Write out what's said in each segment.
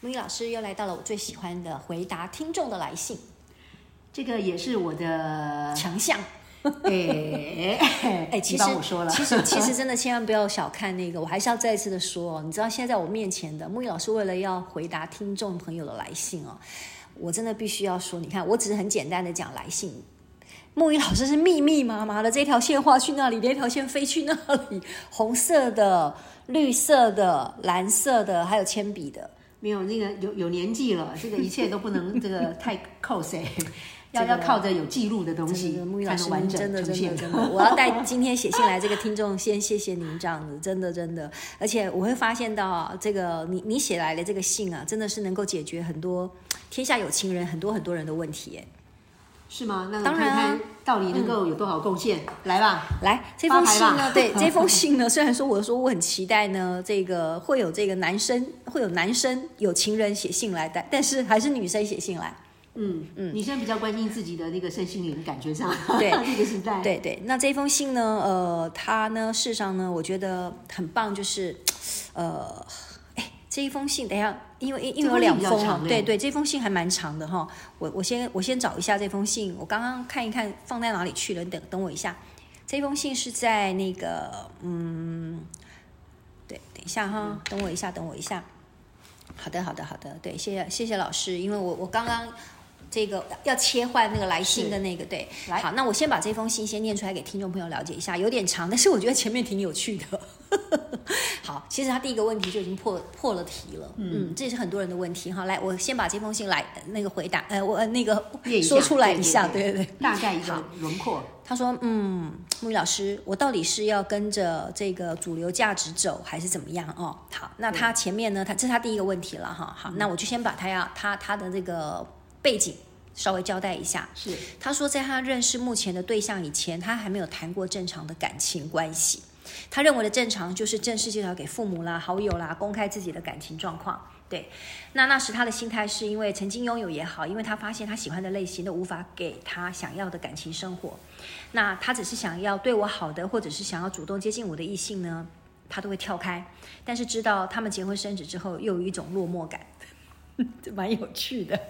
木鱼老师又来到了我最喜欢的回答听众的来信这个也是我 的，强 项。哎哎，其你实帮我说了，其实 其实真的千万不要小看那个，我还是要再一次的说哦，你知道现在在我面前的木易老师为了要回答听众朋友的来信哦，我真的必须要说，你看我只是很简单的讲来信。木鱼老师是密密麻麻的，这条线画去那里，那条线飞去那里，红色的、绿色的、蓝色的，还有铅笔的。没有那个有有年纪 了，这个一切都不能这个太扣 谁，要这个要靠着有记录的东西真的木鱼才老师能嗯完整真的呈真现的。真的，我要带今天写信来这个听众先谢谢您这样子，真的真的，而且我会发现到啊，这个你你写来的这个信啊，真的是能够解决很多天下有情人很多很多人的问题耶。 是吗？那当然啊看看到底能够有多少贡献，来吧。来，这封信发牌吧 呢，对这封信呢，虽然说我说我很期待呢，这个会有这个男生会有男生有情人写信来，但但是还是女生写信来。嗯嗯，女生比较关心自己的那个身心灵，感觉上，对 这个时代，对对，那这封信呢，呃，它呢，事实上呢，我觉得很棒，就是，呃，哎，这一封信，等一下，因为因因为有两这封封信比较哈长，对哎对，这封信还蛮长的哈，我我先我先找一下这封信，我刚刚看一看放在哪里去了，你等等我一下，这封信是在那个，嗯，对，等一下嗯哈，等我一下，等我一下。好的，好的，好的，对，谢谢谢谢老师，因为我我刚刚这个要切换那个来信是跟那个对，来好，那我先把这封信先念出来给听众朋友了解一下，有点长，但 是我觉得前面挺有趣的。 好，其实他第一个问题就已经破破了题了，嗯这也是很多人的问题哈。来，我先把这封信来呃那个回答，呃，我呃那个念一下说出来一下，对对对对。大概一好个轮廓。他说：“嗯，木鱼老师，我到底是要跟着这个主流价值走，还是怎么样？哦，好，那他前面呢？他这是他第一个问题了哈。好，那我就先把他要他他的这个背景稍微交代一下。是他说，在他认识目前的对象以前，他还没有谈过正常的感情关系。他认为的正常就是正式介绍给父母啦、好友啦，公开自己的感情状况。对，那那时他的心态是因为曾经拥有也好，因为他发现他喜欢的类型都无法给他想要的感情生活。那他只是想要对我好的，或者是想要主动接近我的异性呢，他都会跳开。但是知道他们结婚生子之后，又有一种落寞感， 这蛮有趣的。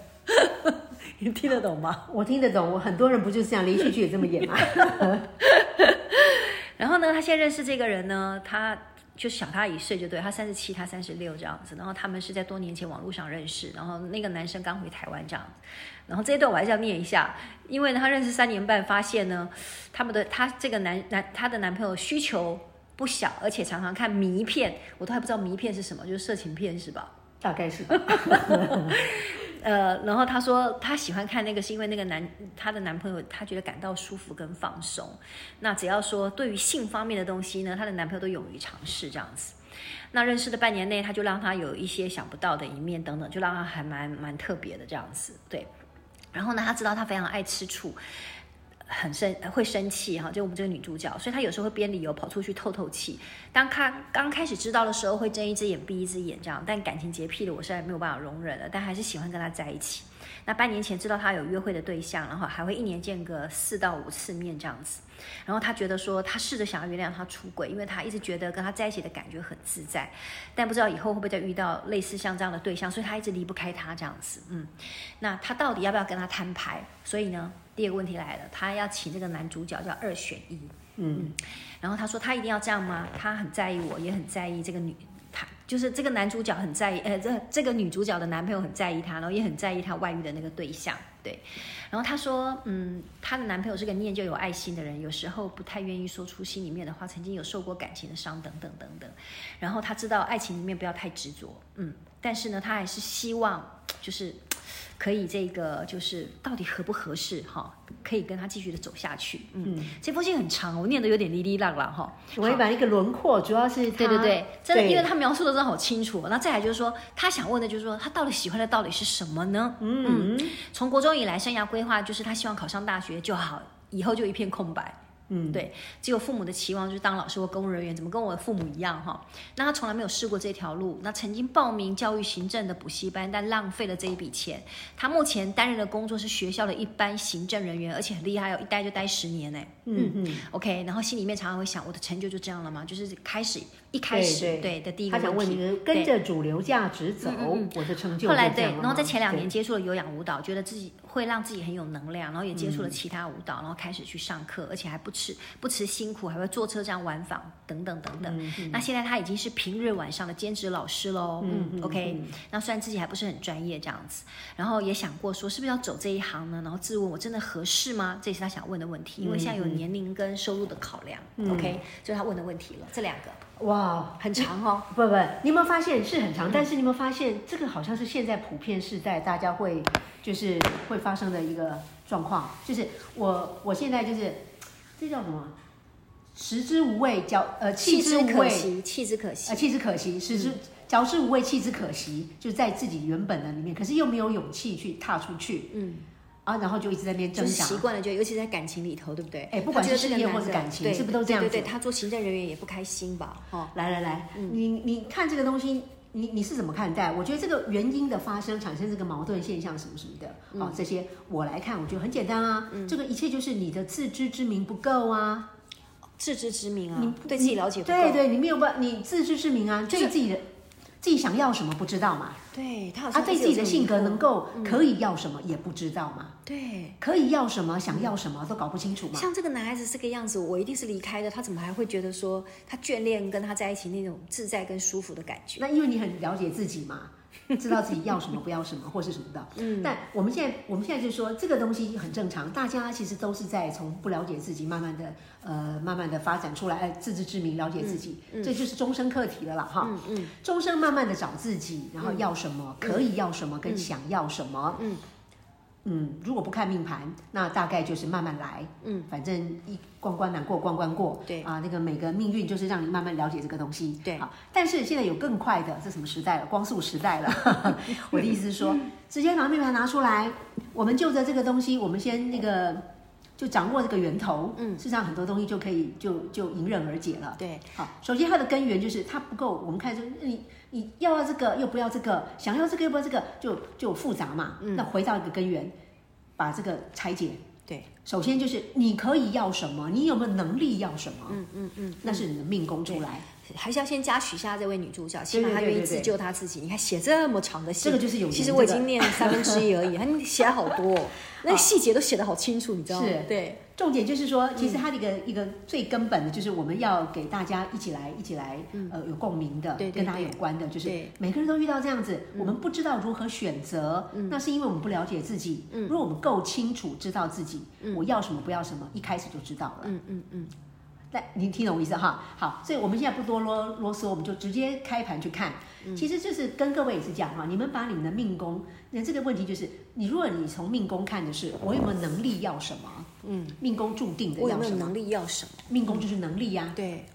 你听得懂吗？我听得懂，我很多人不就是这样，连续剧也这么演 嘛。然后呢，他现在认识这个人呢，他就小他一岁就对，他三十七，他三十六这样子。然后他们是在多年前网络上认识，然后那个男生刚回台湾这样子。然后这一段我还是要念一下，因为呢他认识三年半，发现呢他们的他这个男男他的男朋友需求不小，而且常常看迷片，我都还不知道迷片是什么，就是色情片是吧？大概是吧，呃，然后她说她喜欢看那个，是因为那个男她的男朋友，她觉得感到舒服跟放松。那只要说对于性方面的东西呢，她的男朋友都勇于尝试这样子。那认识的半年内，她就让他有一些想不到的一面等等，就让他还蛮蛮特别的这样子。对，然后呢，她知道她非常爱吃醋，很生会生气哈，就我们这个女主角，所以她有时候会编理由跑出去透透气。当她刚开始知道的时候，会睁一只眼闭一只眼这样，但感情洁癖的我实在没有办法容忍了，但还是喜欢跟她在一起。那半年前知道她有约会的对象，然后还会一年见个四到五次面这样子。然后她觉得说，她试着想要原谅他出轨，因为她一直觉得跟他在一起的感觉很自在，但不知道以后会不会再遇到类似像这样的对象，所以她一直离不开他这样子。嗯，那她到底要不要跟他摊牌？所以呢，第二个问题来了，她要请这个男主角叫二选一。嗯，然后她说她一定要这样吗？她很在意我，也很在意这个女，她就是这个男主角很在意，呃，这这个女主角的男朋友很在意她，然后也很在意她外遇的那个对象，对。然后她说，嗯，她的男朋友是个念旧有爱心的人，有时候不太愿意说出心里面的话，曾经有受过感情的伤等等等等。然后她知道爱情里面不要太执着，嗯，但是呢，她还是希望就是可以这个就是到底合不合适哈，可以跟他继续的走下去。嗯，这封信很长，我念的有点哩哩啦啦哈。我会把一个轮廓，主要是对对他对，真的，因为对他描述的真的好清楚。那再来就是说，他想问的就是说，他到底喜欢的到底是什么呢？嗯，从国中以来，生涯规划就是他希望考上大学就好，以后就一片空白。嗯，对，只有父母的期望就是当老师或公务人员，怎么跟我父母一样哈？那他从来没有试过这条路。那曾经报名教育行政的补习班，但浪费了这一笔钱。他目前担任的工作是学校的一般行政人员，而且很厉害哦，一待就待十年呢。嗯嗯， OK，然后心里面常常会想，我的成就就这样了吗？就是开始一开始对的第一个他想问题你跟着主流价值走嗯嗯嗯，我的成就后来就这对样了，吗然后在前两年对接触了有氧舞蹈，觉得自己会让自己很有能量，然后也接嗯触了其他舞蹈，然后开始去上课，而且还不吃不辞辛苦，还会坐车这样玩访等等等嗯等。那现在他已经是平日晚上的兼职老师喽。嗯 o k 那虽然自己还不是很专业这样子，然后也想过说是不是要走这一行呢？然后自问我真的合适吗？这也是他想问的问题，因为现在有年龄跟收入的考量。OK，这是他问的问题了，这两个哇，很长嗯 哦。不不，你有没有发现是很长？但是你有没有发现这个好像是现在普遍世代大家会就是会发生的一个状况，就是我我现在就是这叫什么？食之无味，嚼呃弃之无可味，惜，弃之可惜呃，。弃之可惜，食之嚼之无味，弃之可惜，就在自己原本的里面，可是又没有勇气去踏出去嗯，啊，然后就一直在那边就挣是扎习。惯了，就尤其在感情里头，对啊不对？哎不管他觉得这是个事业男或者的感情对是不是都这样对对子对，他做行政人员也不开心吧？哦，来来来，你你看这个东西，你你是怎么看待？我觉得这个原因的发生，产生这个矛盾现象什么什么的，嗯哦，这些我来看，我觉得很简单啊，这个一切就是你的自知之明不够啊，自知之明啊，对自己了解不够。对对，你没有办，你自知之明啊，就对是自己的自己想要什么不知道嘛，对他好啊，像对一直自有己的这种性格疑惑嗯能够可以要什么也不知道嘛，对。可以要什么想要什么都搞不清楚嘛，像这个男孩子这个样子，我一定是离开的。他怎么还会觉得说他眷恋跟他在一起那种自在跟舒服的感觉？那因为你很了解自己 嘛，知道自己要什么不要什么或是什么的。嗯，但我们现在我们现在就说这个东西很正常，大家其实都是在从不了解自己，慢慢的呃慢慢的发展出来，呃自知之明，了解自己，这就是终身课题了啦嗯哈。嗯嗯，终身慢慢的找自己，然后要什么、可以要什么跟想要什么。嗯。嗯，如果不看命盘，那大概就是慢慢来。嗯，反正一关关难过关关过。对啊，那个每个命运就是让你慢慢了解这个东西。对好，但是现在有更快的，这什么时代了？光速时代 了。我的意思是说，直接把命盘拿出来，我们就着这个东西，我们先那个就掌握这个源头。嗯，事实上很多东西就可以就就迎刃而解了。对，好，首先它的根源就是它不够，我们看说你你要要这个又不要这个，想要这个又不要这个，就就复杂嘛。那回到一个根源，把这个拆解。对，首先就是你可以要什么，你有没有能力要什么？嗯嗯嗯，那是你的命宫出来，还是要先嘉许一下这位女主角，起码她对对愿对意对对自救她自己。你看写这么长的信，这个就是有缘其实这我已个经念三分之一而 已，她写得好多、哦，那个细节都写得好清楚，你知道吗？是对，重点就是说，其嗯实它的一个、一个最根本的，就是我们要给大家一起来一起来，呃，有共鸣的，嗯对对跟大家对有关的，就是对嗯每个人都遇到这样子，我们不知道如何选择，那是因为我们不了解自己。嗯如果我们够清楚知道自己、我要什么不要什么，一开始就知道了。嗯嗯嗯，但您听懂我意思哈？好，所以我们现在不多啰啰嗦，我们就直接开盘去看。嗯其实就是跟各位也是讲哈，你们把你们的命宫，那这个问题就是，你如果你从命宫看的是我有没有能力要什么，嗯，命宫注定的我有要没有什么，能力嗯要什么？命宫就是能力呀、对，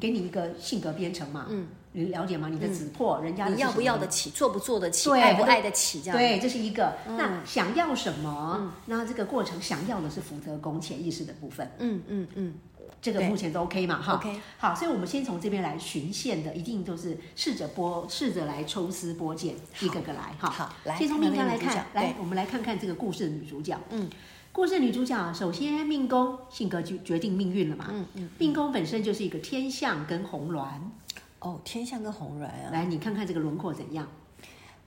给你一个性格编程嘛，嗯，你了解吗？你的子破，人家嗯的你是什要么不要得起，做不做得起，对爱不爱得起，这样。对，这是一个。那嗯想要什么？那这个过程想要的是福德宫潜意识的部分，嗯嗯嗯，这个对目前都 OK 嘛哈 OK 好，所以我们先从这边来循线的，一定都是试着拨，试着来抽丝剥茧，一个个来哈。好来先从命盘来看看，那个女主看角来对我们来看看这个故事的女主角。嗯，故事的女主角首先命宫性格就决定命运了嘛。嗯嗯，命宫本身就是一个天象跟红鸾，哦，天象跟红鸾啊，来你看看这个轮廓怎样？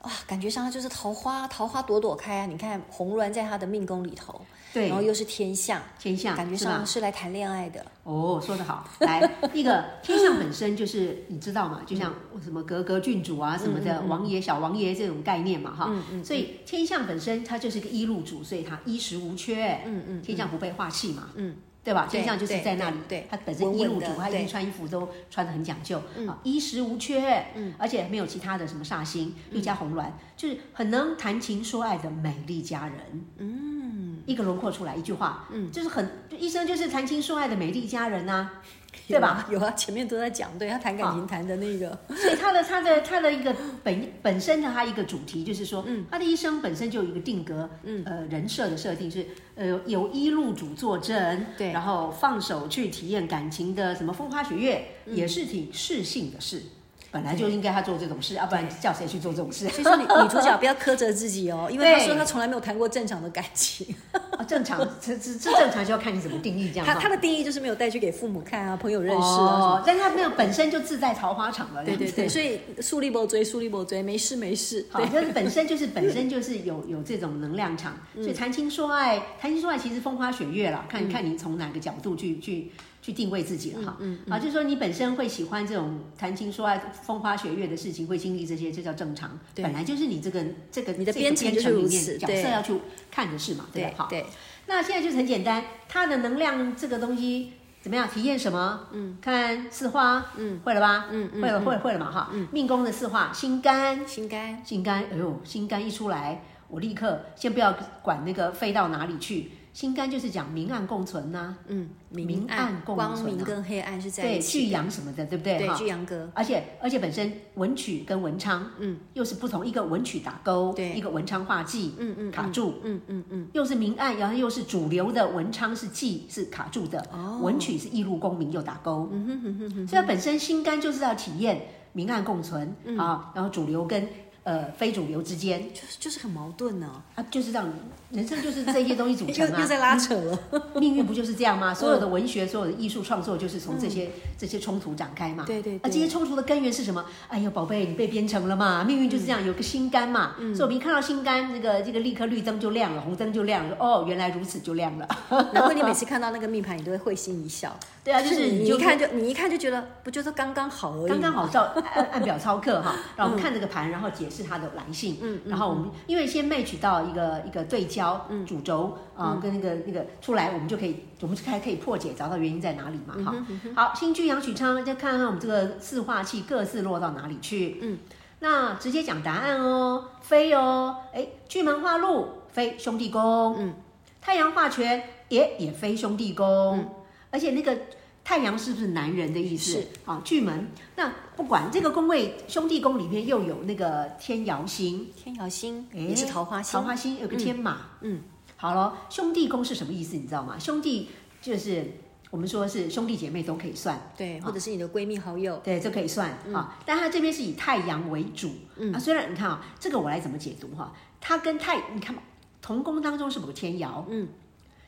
哇，啊感觉上它就是桃花，桃花朵朵开啊！你看红鸾在他的命宫里头，对然，后又是天象，天象哦感觉是吧上是来谈恋爱的。哦，说得好，来， 那个天象本身就是你知道嘛，就像什么格格郡主啊什么的，王爷、小王爷这种概念嘛，哈，所以天象本身它就是个一路主，所以它衣食无缺，嗯嗯，天象不被化气嘛，嗯，对吧？对真相就是在那里，对对对他本身稳衣稳物的主，他一对嗯定穿衣服都穿得很讲究，啊，衣食无缺，嗯，而且没有其他的什么煞星，嗯又加红鸾，就是很能谈情说爱的美丽佳人，嗯，一个轮廓出来一句话，嗯，就是很一生就是谈情说爱的美丽佳人啊呐、对吧？有啊，前面都在讲，对他谈感情谈的那个，所以他的他的他的一个本本身的他一个主题就是说，嗯他的一生本身就有一个定格，呃，人设的设定是，呃，有一路主作证，对然后放手去体验感情的什么风花雪月，嗯也是挺适性的事，本来就应该他做这种事，要啊不然叫谁去做这种 事？所以说女女主角不要苛责自己 哦，因为对她说她从来没有谈过正常的感情，啊 正常，这这这正常就要看你怎么定义这样她哈。她的定义就是没有带去给父母看啊、朋友认识啊什么哦，但是他没有本身就自带桃花场了，对对这样对，子所以苏立波追苏立波追，没事没事。 好，对，就是本身就是本身就是有有这种能量场，所嗯以谈情说爱，谈情说爱其实风花雪月啦，看看你从哪个角度去去去定位自己了哈。嗯啊，就是说你本身会喜欢这种谈情说爱、风花雪月的事情，会经历这些，这叫正常。对本来就是你这个这个你的这个编程就是程里如面此角对色要去看的事嘛，对不对对？好，对，那现在就是很简单，它的能量这个东西怎么样？体验什么？嗯，看四化，嗯，会了吧？嗯嗯，会了会会了嘛哈。命宫的四化，心肝。心肝心肝，哎呦，心肝一出来，我立刻先不要管那个飞到哪里去，心肝就是讲明暗共存呐、嗯，明暗共光存明啊跟黑暗是在对，一起。巨阳什么的，对不对？对，哈巨阳哥，而且而且本身文曲跟文昌，嗯，又是不同，一个文曲打勾，对一个文昌画技，嗯嗯，卡住，嗯嗯嗯，又是明暗，然后又是主流的文昌是忌是卡住的，哦文曲是一路功名又打勾，嗯所以它本身心肝就是要体验明暗共存、嗯啊，然后主流跟呃非主流之间，就是就是很矛盾呢，啊，就是这样，人生就是这些东西组又 成又啊。在嗯拉扯了。命运不就是这样吗？所有的文学、所有的艺术创作，就是从这些、这些冲突展开嘛。嗯对对啊，这对些冲突的根源是什么？哎呦，宝贝，你被编程了嘛？命运就是这样，有个心肝嘛。嗯所以我们一看到心肝，这个这个立刻绿灯就亮了，红灯就亮了。哦，原来如此，就亮了。难怪你每次看到那个命盘，你都会会心一笑。 对啊，就是你你一就看就你一看就觉得，不就是刚刚好而已吗，刚刚好照按按表操课哈，然后我们看这个盘，然后解释它的来信，嗯，然后我们因为先 match 到一个一个对焦主轴啊，跟那个那个出来，我们就可以我们就开可以破解，找到原因在哪里嘛哈。好，新居阳曲昌，就看看我们这个四化器各自落到哪里去，嗯，那直接讲答案哦，飞哦，哎，巨门化禄飞兄弟宫，嗯，太阳化权也也飞兄弟宫，而且那个太阳是不是男人的意思？嗯是啊，巨门。那不管这个宫位，兄弟宫里面又有那个天姚星，天姚星诶也是桃花星桃，花星有个天马。嗯好了，兄弟宫是什么意思？你知道吗？兄弟就是我们说是兄弟姐妹都可以算，对，啊或者是你的闺蜜好友，对，这可以算嗯啊、但它这边是以太阳为主、啊。虽然你看啊、这个我来怎么解读哈、它跟太你看嘛，同宫当中是不是有天姚？嗯，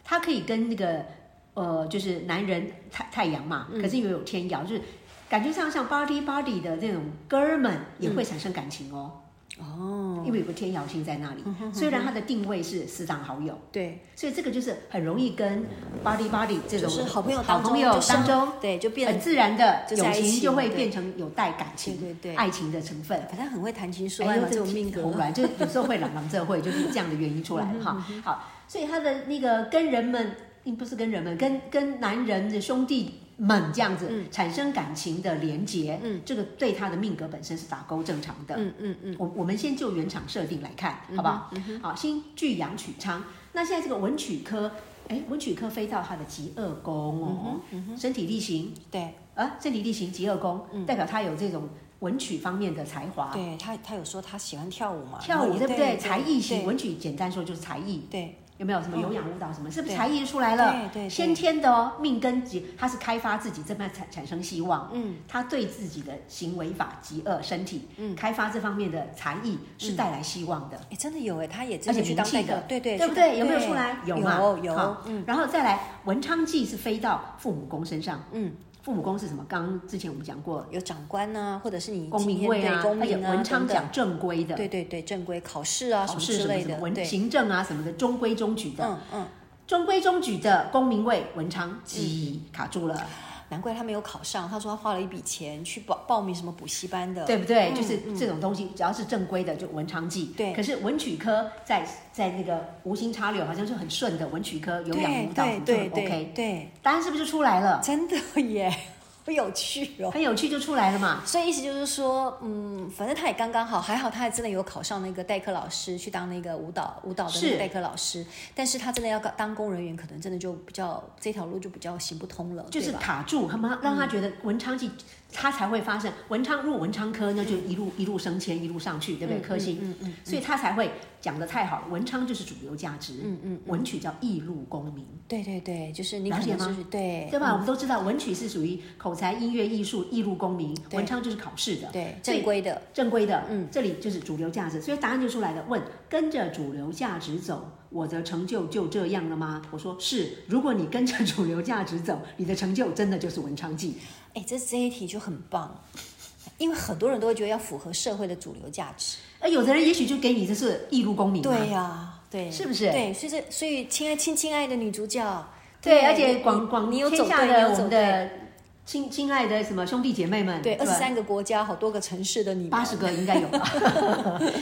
它可以跟那个呃，就是男人太太阳嘛，嗯可是因为有天姚，就是感觉上像 body body 的这种哥们也会产生感情哦。嗯哦，因为有个天姚星在那里，虽然它的定位是死党好友，对，所以这个就是很容易跟 body body 这就种是好朋友好当中，朋友就当相中，对，就变很自然的就友在一情起就了会对变成有带感情、对对对爱情的成分。反正很会谈情说哎爱呦嘛，这种命格嗯红鸾就是有时候会朗朗这会，就是这样的原因出来了哈。好，所以他的那个跟人们，嗯不是跟人们，跟跟男人的兄弟们这样子、嗯产生感情的连结，嗯，这个对他的命格本身是打勾正常的。嗯嗯嗯，我我们先就原厂设定来看，好不好？好，新巨阳曲昌，那现在这个文曲科，哎，文曲科飞到他的极恶宫嗯哦，身体力行，对啊，这里力行极恶宫，代表他有这种文曲方面的才华，嗯对，他他有说他喜欢跳舞嘛，跳然舞后对不对？才艺型对文曲，简单说就是才艺，对有没有什么有氧舞蹈什么？是不是对才艺出来了？对对对先天的哦，命根极，他是开发自己这边产产生希望，嗯，他对自己的行为法极恶身体，嗯，开发这方面的才艺嗯是带来希望的。哎，真的有哎，他也而真且的去当代名气表的，对对，对不去对？有没有出来？有嘛，有嗯好然后再来，文昌忌是飞到父母宫身上，嗯，父母宫是什么？刚刚之前我们讲过，有长官呐，或者是你公今民天位对啊，公而且民啊，文昌等等讲正规的，对对对，正规考试啊考什么试之什么类什么的，文对，行政啊什么的，中规中矩的，嗯嗯，中规中矩的公民位文昌忌卡住了，难怪他没有考上。他说他花了一笔钱去报报名什么补习班的，对不对？就是这种东西，只要是正规的，就文昌技。嗯对可是文曲科在在那个无心插柳，好像是很顺的。文曲科有氧舞对蹈什么就对很对 OK，对，答案是不是就出来了？真的耶， 好有趣哦。很有趣就出来了嘛。所以意思就是说，嗯，反正他也刚刚好，还好他还真的有考上那个代课老师，去当那个舞蹈舞蹈的那是个代课老师。但是他真的要搞当公人员，可能真的就比较这条路就比较行不通了，就是对吧卡住，他妈让他觉得文昌技，他才会发生文昌入文昌科，那就一路一路升迁，一路上去，对不对？科星，嗯嗯，所以他才会讲的太好了，文昌就是主流价值，嗯嗯，文曲叫异路功名，对对对，就是你了可解能吗就是对对嗯吧？我们都知道文曲是属于口才、音乐、艺术、异路功名，文昌就是考试的，嗯对所以正规的，正规的，嗯，这里就是主流价值，所以答案就出来了。问跟着主流价值走，我的成就就这样了吗？我说是，如果你跟着主流价值走，你的成就真的就是文昌记。哎，这这一题就很棒，因为很多人都会觉得要符合社会的主流价值。而哎有的人也许就给你这是义路公民、嘛，对呀、对，是不是对，所以这所以亲爱亲亲爱的女主角，对，而且你广广你有天走下对，你的有我走们对，的亲亲爱的什么兄弟姐妹们，对，二吧十三个国家，好多个城市的你们，八十个应该有 吧？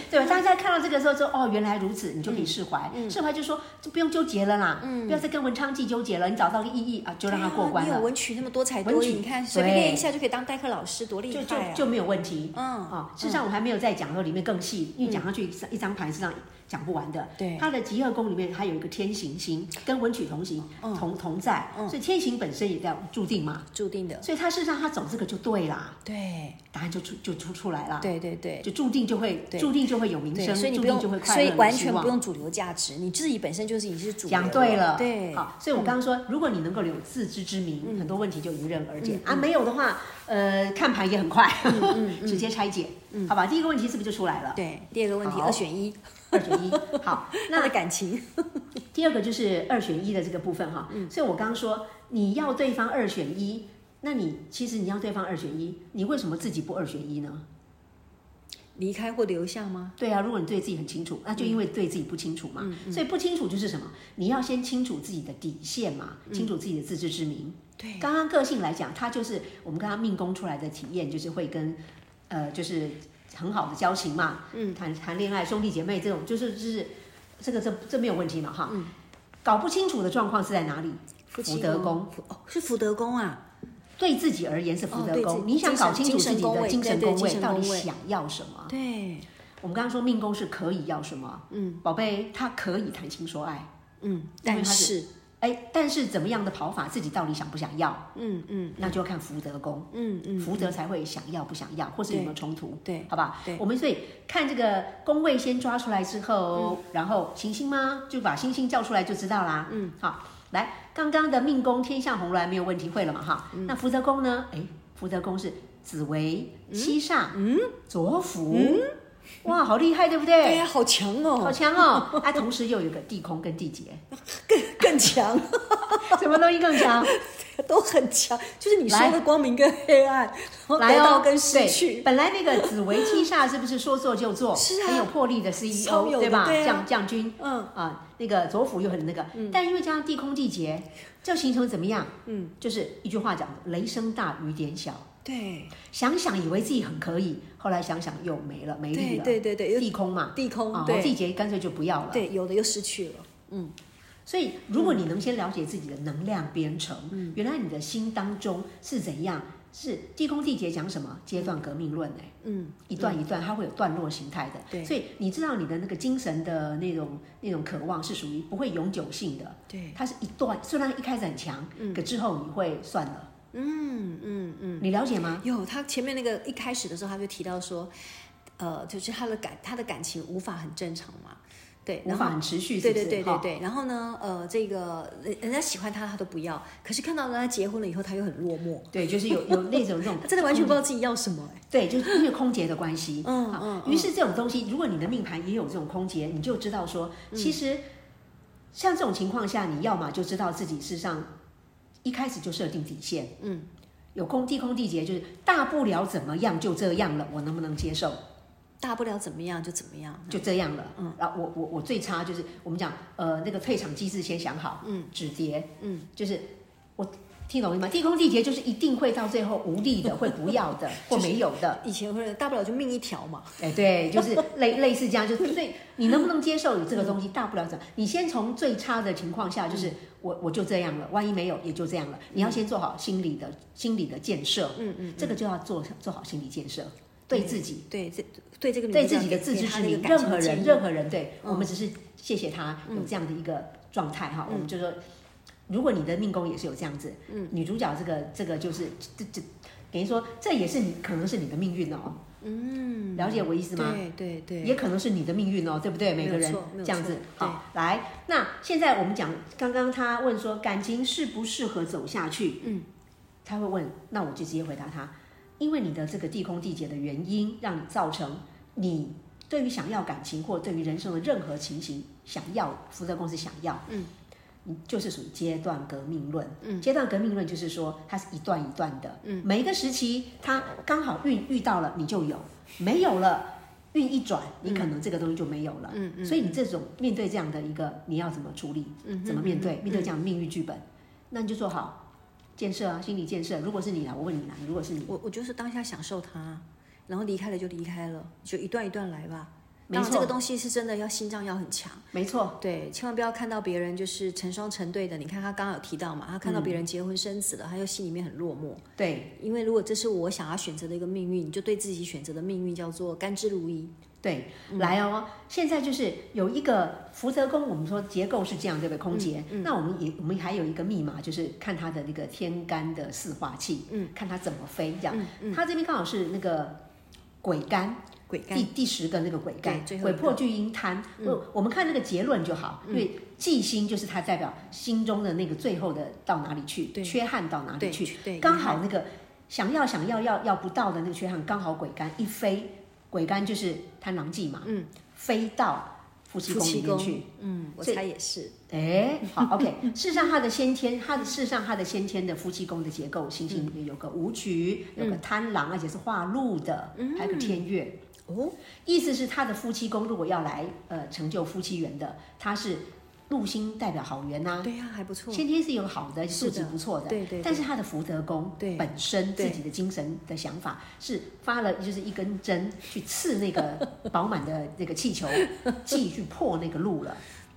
对，大家看到这个时候说哦，原来如此，你就可以释怀，嗯释怀就说就不用纠结了啦，不要再跟文昌记纠结了，你找到个意义啊，就让它过关对啊你有了。文曲那么多才多文艺，曲你看随便对练一下就可以当代课老师，多厉就就害啊！就没有问题，嗯啊、事实上我还没有在讲到里面更细，因为讲上去一张一张盘是让讲不完的。对它的极恶宫里面还有一个天行星，跟文曲同行，嗯同同在，所以天行本身也在注定嘛，注定的，所以他事实上他走这个就对啦，对答案就出就出出来啦，，对对对就注定就会对注定就会有名对，声，所以你注不定用就会，快所乐，以完有希全望不用主流价值，你自己本身就是已经是主流，讲对了，对，好，所以我刚刚说，如果你能够有自知之明，很多问题就迎刃而解、嗯啊。没有的话，呃，看盘也很快， 直接拆解，嗯好吧？第一个问题是不是就出来了？，对。第二个问题，好二选 一，二选一。好，他那的感情，第二个就是二选一的这个部分哈。所以我刚刚说，你要对方二选一，那你其实你要对方二选一，你为什么自己不二选一呢？离开或留下吗？对啊，如果你对自己很清楚，那就因为对自己不清楚嘛。所以不清楚就是什么？你要先清楚自己的底线嘛，清楚自己的自知之明。对刚刚个性来讲，他就是我们跟他命宫出来的体验，就是会跟呃，就是很好的交情嘛，嗯，谈谈恋爱、兄弟姐妹这种，就是就是这个这这没有问题嘛嗯哈。搞不清楚的状况是在哪里？夫福妻德宫宫，福哦，是福德宫啊，对自己而言是福哦德对宫，自己你想搞清楚精自神己的精精神神宫宫位位对对到底精神宫位想要什么？对，我们刚刚说命宫是可以要什么？嗯，宝贝，他可以谈情说爱，嗯，因为但他是，哎，但是怎么样的跑法，自己到底想不想要，嗯嗯那就要看福德宫，嗯嗯，福德才会想要不想要，或是有没有冲突，对好吧？对我们所以看这个宫位先抓出来之嗯后，然后行星吗？就把星星叫出来就知道啦。嗯，好，来，刚刚的命宫天象红鸾没有问题，会了嘛哈？嗯那福德宫呢？哎，福德宫是紫薇、七煞、嗯、左辅，哇，好厉害，对不对？嗯哎对呀，好强好哦，强哦！啊，同时又有一个地空跟地劫， 更 更强，什么东西更强？都很强，就是你说来的光明跟黑暗，然后来得到哦，跟失对去，本来那个紫薇七煞是不是说做就做？是啊很有魄力的 CEO，超有的吧？对啊将将军，嗯啊，那个左辅又很那个，但因为加上地空地劫，就形成怎么样？嗯，就是一句话讲，雷声大雨点小。对，想想以为自己很可以，后来想想又没了，没力了。对对对对又地空嘛，地空啊，对地劫干脆就不要了。对，有的又失去了。所以，如果你能先了解自己的能量编程，嗯原来你的心当中是怎样，是地空地劫讲什么阶段革命论哎、嗯，一段一段，它会有段落形态的。对所以你知道你的那个精神的那种那种渴望是属于不会永久性的，对，它是一段，虽然一开始很强，可之后你会算了。嗯嗯嗯，你了解吗？有他前面那个一开始的时候，他就提到说，呃，就是他的感他的感情无法很正常嘛，对，无然法后。很持续，对对是不是对对哈对，然后呢，呃，这个人人家喜欢他，他都不要，可是看到人家结婚了以后，他又很落寞，对，就是有有那种那 种他真的完全不知道自己要什么、哎，对，就是因为空劫的关系，嗯好嗯于是这种东西，如果你的命盘也有这种空劫，你就知道说，嗯其实像这种情况下，你要么就知道自己事实上一开始就设定底线，嗯，有空地空地劫，就是大不了怎么样就这样了，我能不能接受？嗯大不了怎么样就怎么样，就这样了，嗯，然后我我我最差就是我们讲呃那个退场机制先想好，嗯，止跌，嗯，就是我听懂了吗？地空地劫就是一定会到最后无力的，会不要 的或没有的。以前会大不了就命一条嘛，哎，对，就是 类类似这样，就是最你能不能接受有这个东西，大不了怎样？你先从最差的情况下，嗯就是我我就这样了，万一没有也就这样了。你要先做好心理的心理的建设，嗯嗯，这个就要做做好心理建设，对自己。对这对这个女对生自己的给自给知她之那个明，感任情何建人，议任何人，对嗯我们只是谢谢他有这样的一个状态嗯哈。我们就说，如果你的命宫也是有这样子，嗯，女主角这个这个就是这这，等于说这也是你可能是你的命运哦。嗯，了解我意思吗？对对对，也可能是你的命运哦，对不对？没有每个人错没有这样错子，好，对来，那现在我们讲，刚刚他问说感情适不适合走下去，嗯，他会问，那我就直接回答他，因为你的这个地空地劫的原因，让你造成你对于想要感情或对于人生的任何情形，想要福德公司想要，嗯。就是属于阶段革命论，嗯，阶段革命论就是说它是一段一段的，嗯，每一个时期它刚好运遇到了你就有，没有了运一转，你可能这个东西就没有了。嗯嗯。所以你这种面对这样的一个，你要怎么处理？嗯，怎么面对？面对这样的命运剧本，那你就做好建设啊，心理建设。如果是你啦，我问你啦，如果是你，我我就是当下享受它，然后离开了就离开了，就一段一段来吧。没当然，错这个东西是真的要心脏要很强，没错，对，千万不要看到别人就是成双成对的。你看他刚刚有提到嘛，他看到别嗯人结婚生子了，他又心里面很落寞。对因为如果这是我想要选择的一个命运，你就对自己选择的命运叫做甘之如饴。对，来哦，现在就是有一个福泽宫，我们说结构是这样，对不对？空劫，那我们也我们还有一个密码，就是看它的那个天干的四化气，嗯，看它怎么飞这样。它这边刚好是那个鬼干。鬼干第第十个那个鬼干对，最后一鬼个嗯破巨阴贪。我我们看那个结论就好，因为忌星就是它代表心中的那个最后的到哪里去，对缺憾到哪里对去，对，刚遗好憾那个想要想要要要不到的那个缺憾，刚好鬼干一飞，鬼干就是贪狼忌嘛，嗯，飞到夫妻宫里面去。嗯，我所以猜也是。哎，好，OK。事实上，它的先天，它的事实上它的先天的夫妻宫的结构，星星里面有个武曲，有个贪狼，而且是化禄的，还有个天月。哦，意思是他的夫妻宫如果要来呃成就夫妻缘的，他是禄星代表好缘呐、啊对呀、还不错。先天是有好的是素的质不错的，对对对但是他的福德宫对本身对自己的精神的想法是发了就是一根针去刺那个饱满的那 个气球，气去破那个路了。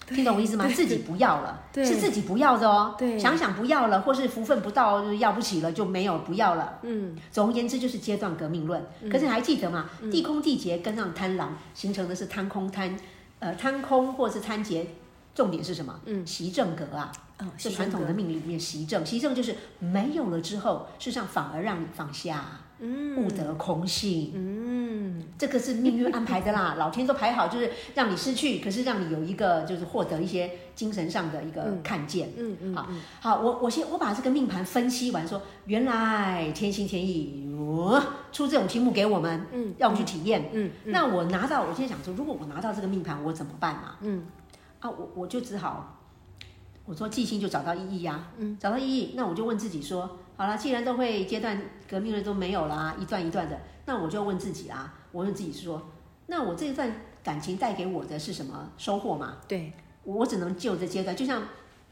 听懂我意思吗？自己不要了，对是自己不要的哦。对想想不要了，或是福分不到就是要不起了，就没有不要了。嗯，总而言之，就是阶段革命论。可是还记得吗？地空地劫跟上贪狼，形成的是贪空贪，呃，贪空或是贪劫，重点是什么？嗯，习正格啊，哦，是西传装统的革命理里面习正，习正就是没有了之后，事实上反而让你放下，嗯，悟得空性，嗯，这个是命运安排的 啦，老天都排好，就是让你失去，可是让你有一个就是获得一些精神上的一个看见，嗯嗯，好，好，我我先我把这个命盘分析完说，原来天心天意、哦出这种题目给我们，嗯，让我们去体验，嗯，那我拿到，我现在想说，如果我拿到这个命盘，我怎么办嘛？嗯，啊，我我就只好，我说记性就找到意义啊，嗯，找到意义，那我就问自己说，好了，既然都会阶段革命了都没有啦，一段一段的，那我就问自己啦，我问自己说，那我这一段感情带给我的是什么收获嘛？对，我只能就这阶段，就像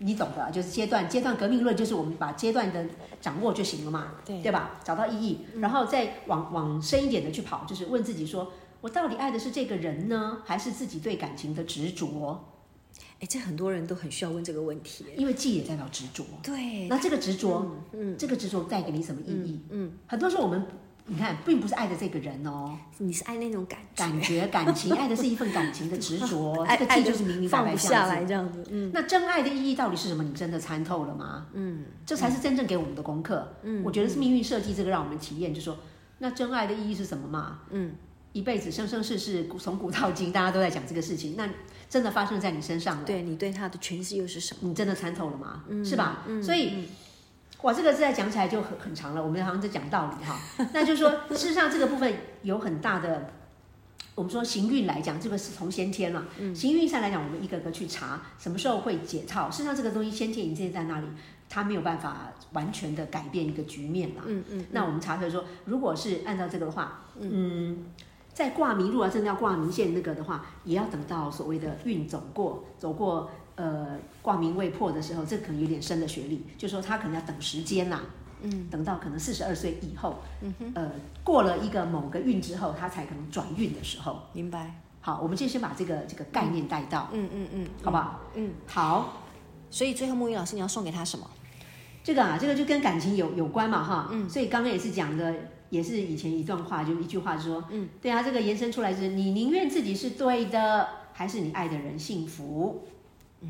你懂的，就是阶段阶段革命论，就是我们把阶段的掌握就行了嘛，对嗯吧？找到意义，然后再往往深一点的去跑，就是问自己说。我到底爱的是这个人呢，还是自己对感情的执着？哎，这很多人都很需要问这个问题。因为忌也代表执着，对，那这个执着，嗯，这个执着带给你什么意义？嗯，很多时候我们你看，并不是爱的这个人哦，你是爱那种感觉，感觉感情，爱的是一份感情的执 着，爱这个爱的忌就是明明白放白不这样下子来这样子。嗯，那真爱的意义到底是什么？你真的参透了吗？嗯，这才是真正给我们的功课。嗯，我觉得是命运设计这个让我们体验，就说那真爱的意义是什么嘛？嗯，一辈子生生世世，古从古到今，大家都在讲这个事情，那真的发生在你身上了，对你对他的诠释又是什么？你真的参透了吗？是吧？所以。哇，这个现在讲起来就很很长了，我们好像在讲道 理哈。那就是说，事实上这个部分有很大的我们说行运来讲，这个是从先天了、行运上来讲，我们一个个去查什么时候会解套。事实上，这个东西先天已经在那里，它没有办法完全的改变一个局面啦。嗯嗯。那我们查出来说，如果是按照这个的话，嗯，在挂名，如果真的要挂名线那个的话，也要等到所谓的运走过，走过。呃挂名未破的时候，这可能有点深的学历，就说他可能要等时间啦、嗯，等到可能四十二岁以后，嗯哼，呃，过了一个某个运之后，他才可能转运的时候。明白。好，我们就先把这个这个概念带到，嗯嗯嗯，好不好？嗯，好，所以最后木鱼老师，你要送给他什么？这个啊，这个就跟感情有有关嘛，哈，嗯，所以刚刚也是讲的，也是以前一段话，就一句话说，嗯，对啊，这个延伸出来是，你宁愿自己是对的，还是你爱的人幸福？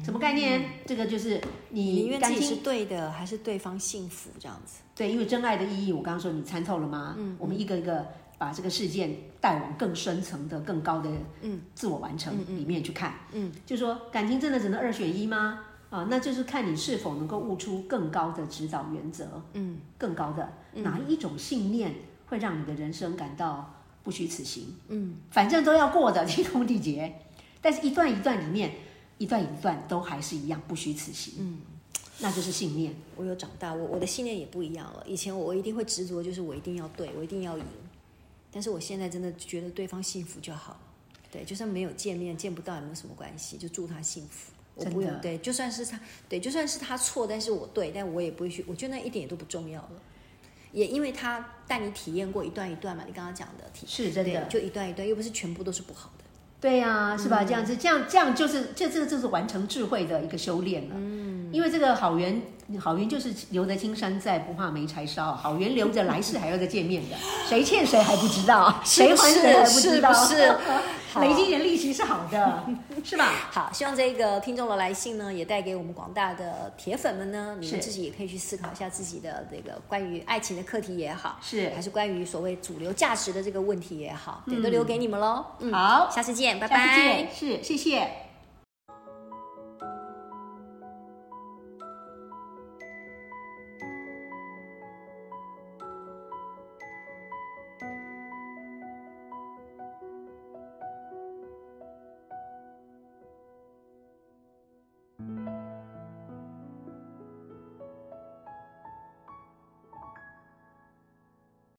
什么概念？这个就是你嗯宁你愿自感己是情对的，还是对方幸福这样子？对，因为真爱的意义，我刚刚说你参透了吗？嗯，我们一个一个把这个事件带往更深层的、更高的嗯自我完成里面去看，嗯，就说感情真的只能二选一吗？啊，那就是看你是否能够悟出更高的指导原则，嗯，更高的哪一种信念会让你的人生感到不虚此行？嗯，反正都要过的， 天空地劫，但是一段一段里面，一段一段都还是一样不虚此行，嗯，那就是信念。我有长大，我我的信念也不一样了。以前我一定会执着，就是我一定要对，我一定要赢。但是我现在真的觉得对方幸福就好了，对，就算没有见面，见不到也没有什么关系，就祝他幸福。我不真的用对，就算是他对，就算是他错，但是我对，但我也不会去，我觉得那一点也都不重要了。也因为他带你体验过一段一段嘛，你刚刚讲的体是真的对就一段一段，又不是全部都是不好的。对呀、嗯是吧？这样子，这样这样就是这这就是完成智慧的一个修炼了。嗯，因为这个好缘，好缘就是留得青山在，不怕没柴烧。好缘留着，来世还要再见 面的。谁欠谁还不知道，是不谁还谁还不是知道，是不好 累积点利息是好的，是吧？好，希望这个听众的来信呢，也带给我们广大的铁粉们呢，你们是自己也可以去思考一下自己的这个关于爱情的课题也好，是 还是关于所谓主流价值的这个问题也好，对，嗯都留给你们喽。嗯，好下次见，拜下拜。次见，是谢谢。